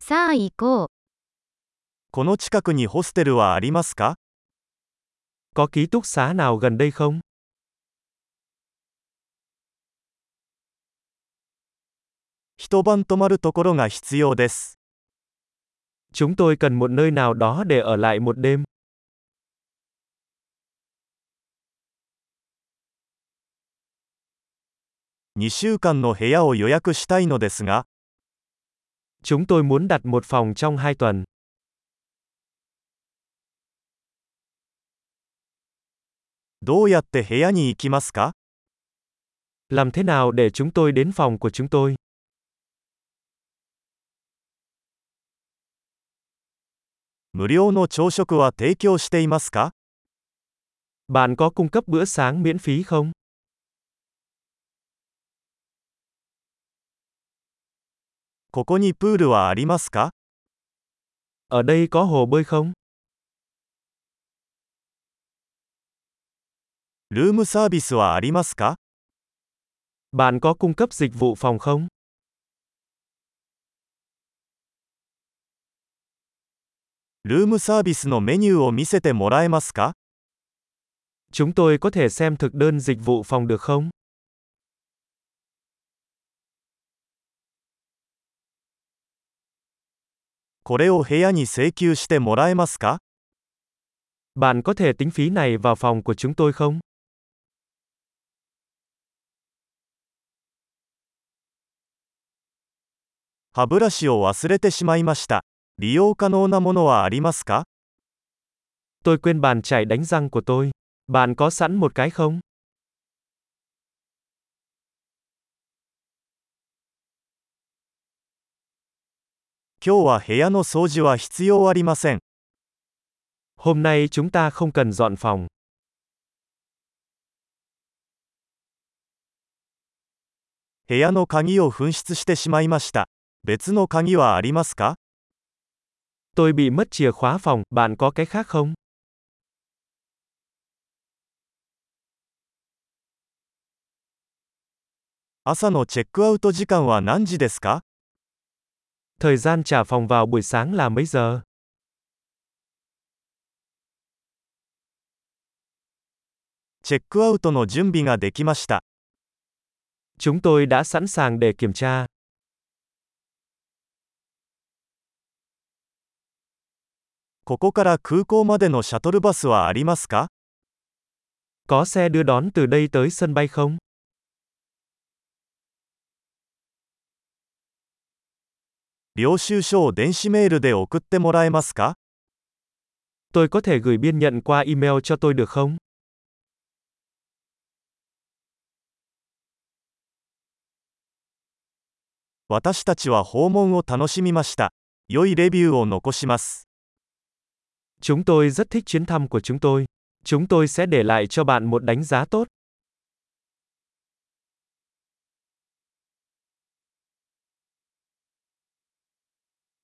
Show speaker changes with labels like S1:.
S1: さあ行こう。
S2: この近くにホステルはありますか
S3: Có ký túc xá nào gần đây không?
S2: 一晩泊まるところが必要です。
S3: Chúng tôi cần một nơi nào đó để ở lại một đêm.
S2: 2週間の部屋を予約したいのですが、
S3: Chúng tôi muốn đặt một phòng trong hai tuần.
S2: どうやって部屋に行きますか
S3: Làm thế nào để chúng tôi đến phòng của chúng tôi?
S2: 無料の朝食は提供していますか
S3: Bạn có cung cấp bữa sáng miễn phí không?
S2: ここにプールはありますか
S3: Ở đây có hồ bơi không?
S2: ルームサービスはありますか
S3: Bạn có cung cấp dịch vụ phòng không?
S2: ルームサービスのメニューを見せてもらえますか
S3: Chúng tôi có thể xem thực đơn dịch vụ phòng được không?
S2: これを部屋に請求してもらえますか
S3: Bạn có thể tính phí này vào phòng của chúng tôi không?
S2: 歯ブラシを忘れてしまいました。利用可能なものはありますか
S3: Tôi quên bàn chải đánh răng của tôi. Bạn có sẵn một cái không?
S2: 今日は部屋の掃除は必要ありません。
S3: Hôm nay chúng ta không cần dọn phòng.
S2: 部屋の鍵を紛失してしまいました。別の鍵はありますか
S3: Tôi bị mất chìa khóa phòng, bạn có cái khác không?
S2: 朝のチェックアウト時間は何時ですか
S3: Thời gian trả phòng vào buổi sáng là mấy giờ?
S2: チェックアウトの準備ができました。
S3: Chúng tôi đã sẵn sàng để kiểm tra.
S2: ここから空港までのシャトルバスはありますか
S3: Có xe đưa đón từ đây tới sân bay không?
S2: 領収書を電子メールで送ってもらえますか
S3: Tôi có thể gửi biên nhận qua email cho tôi được không?
S2: 私たちは訪問を楽しみました。良いレビューを残します。
S3: Chúng tôi rất thích chuyến thăm của chúng tôi. Chúng tôi sẽ để lại cho bạn một đánh giá tốt.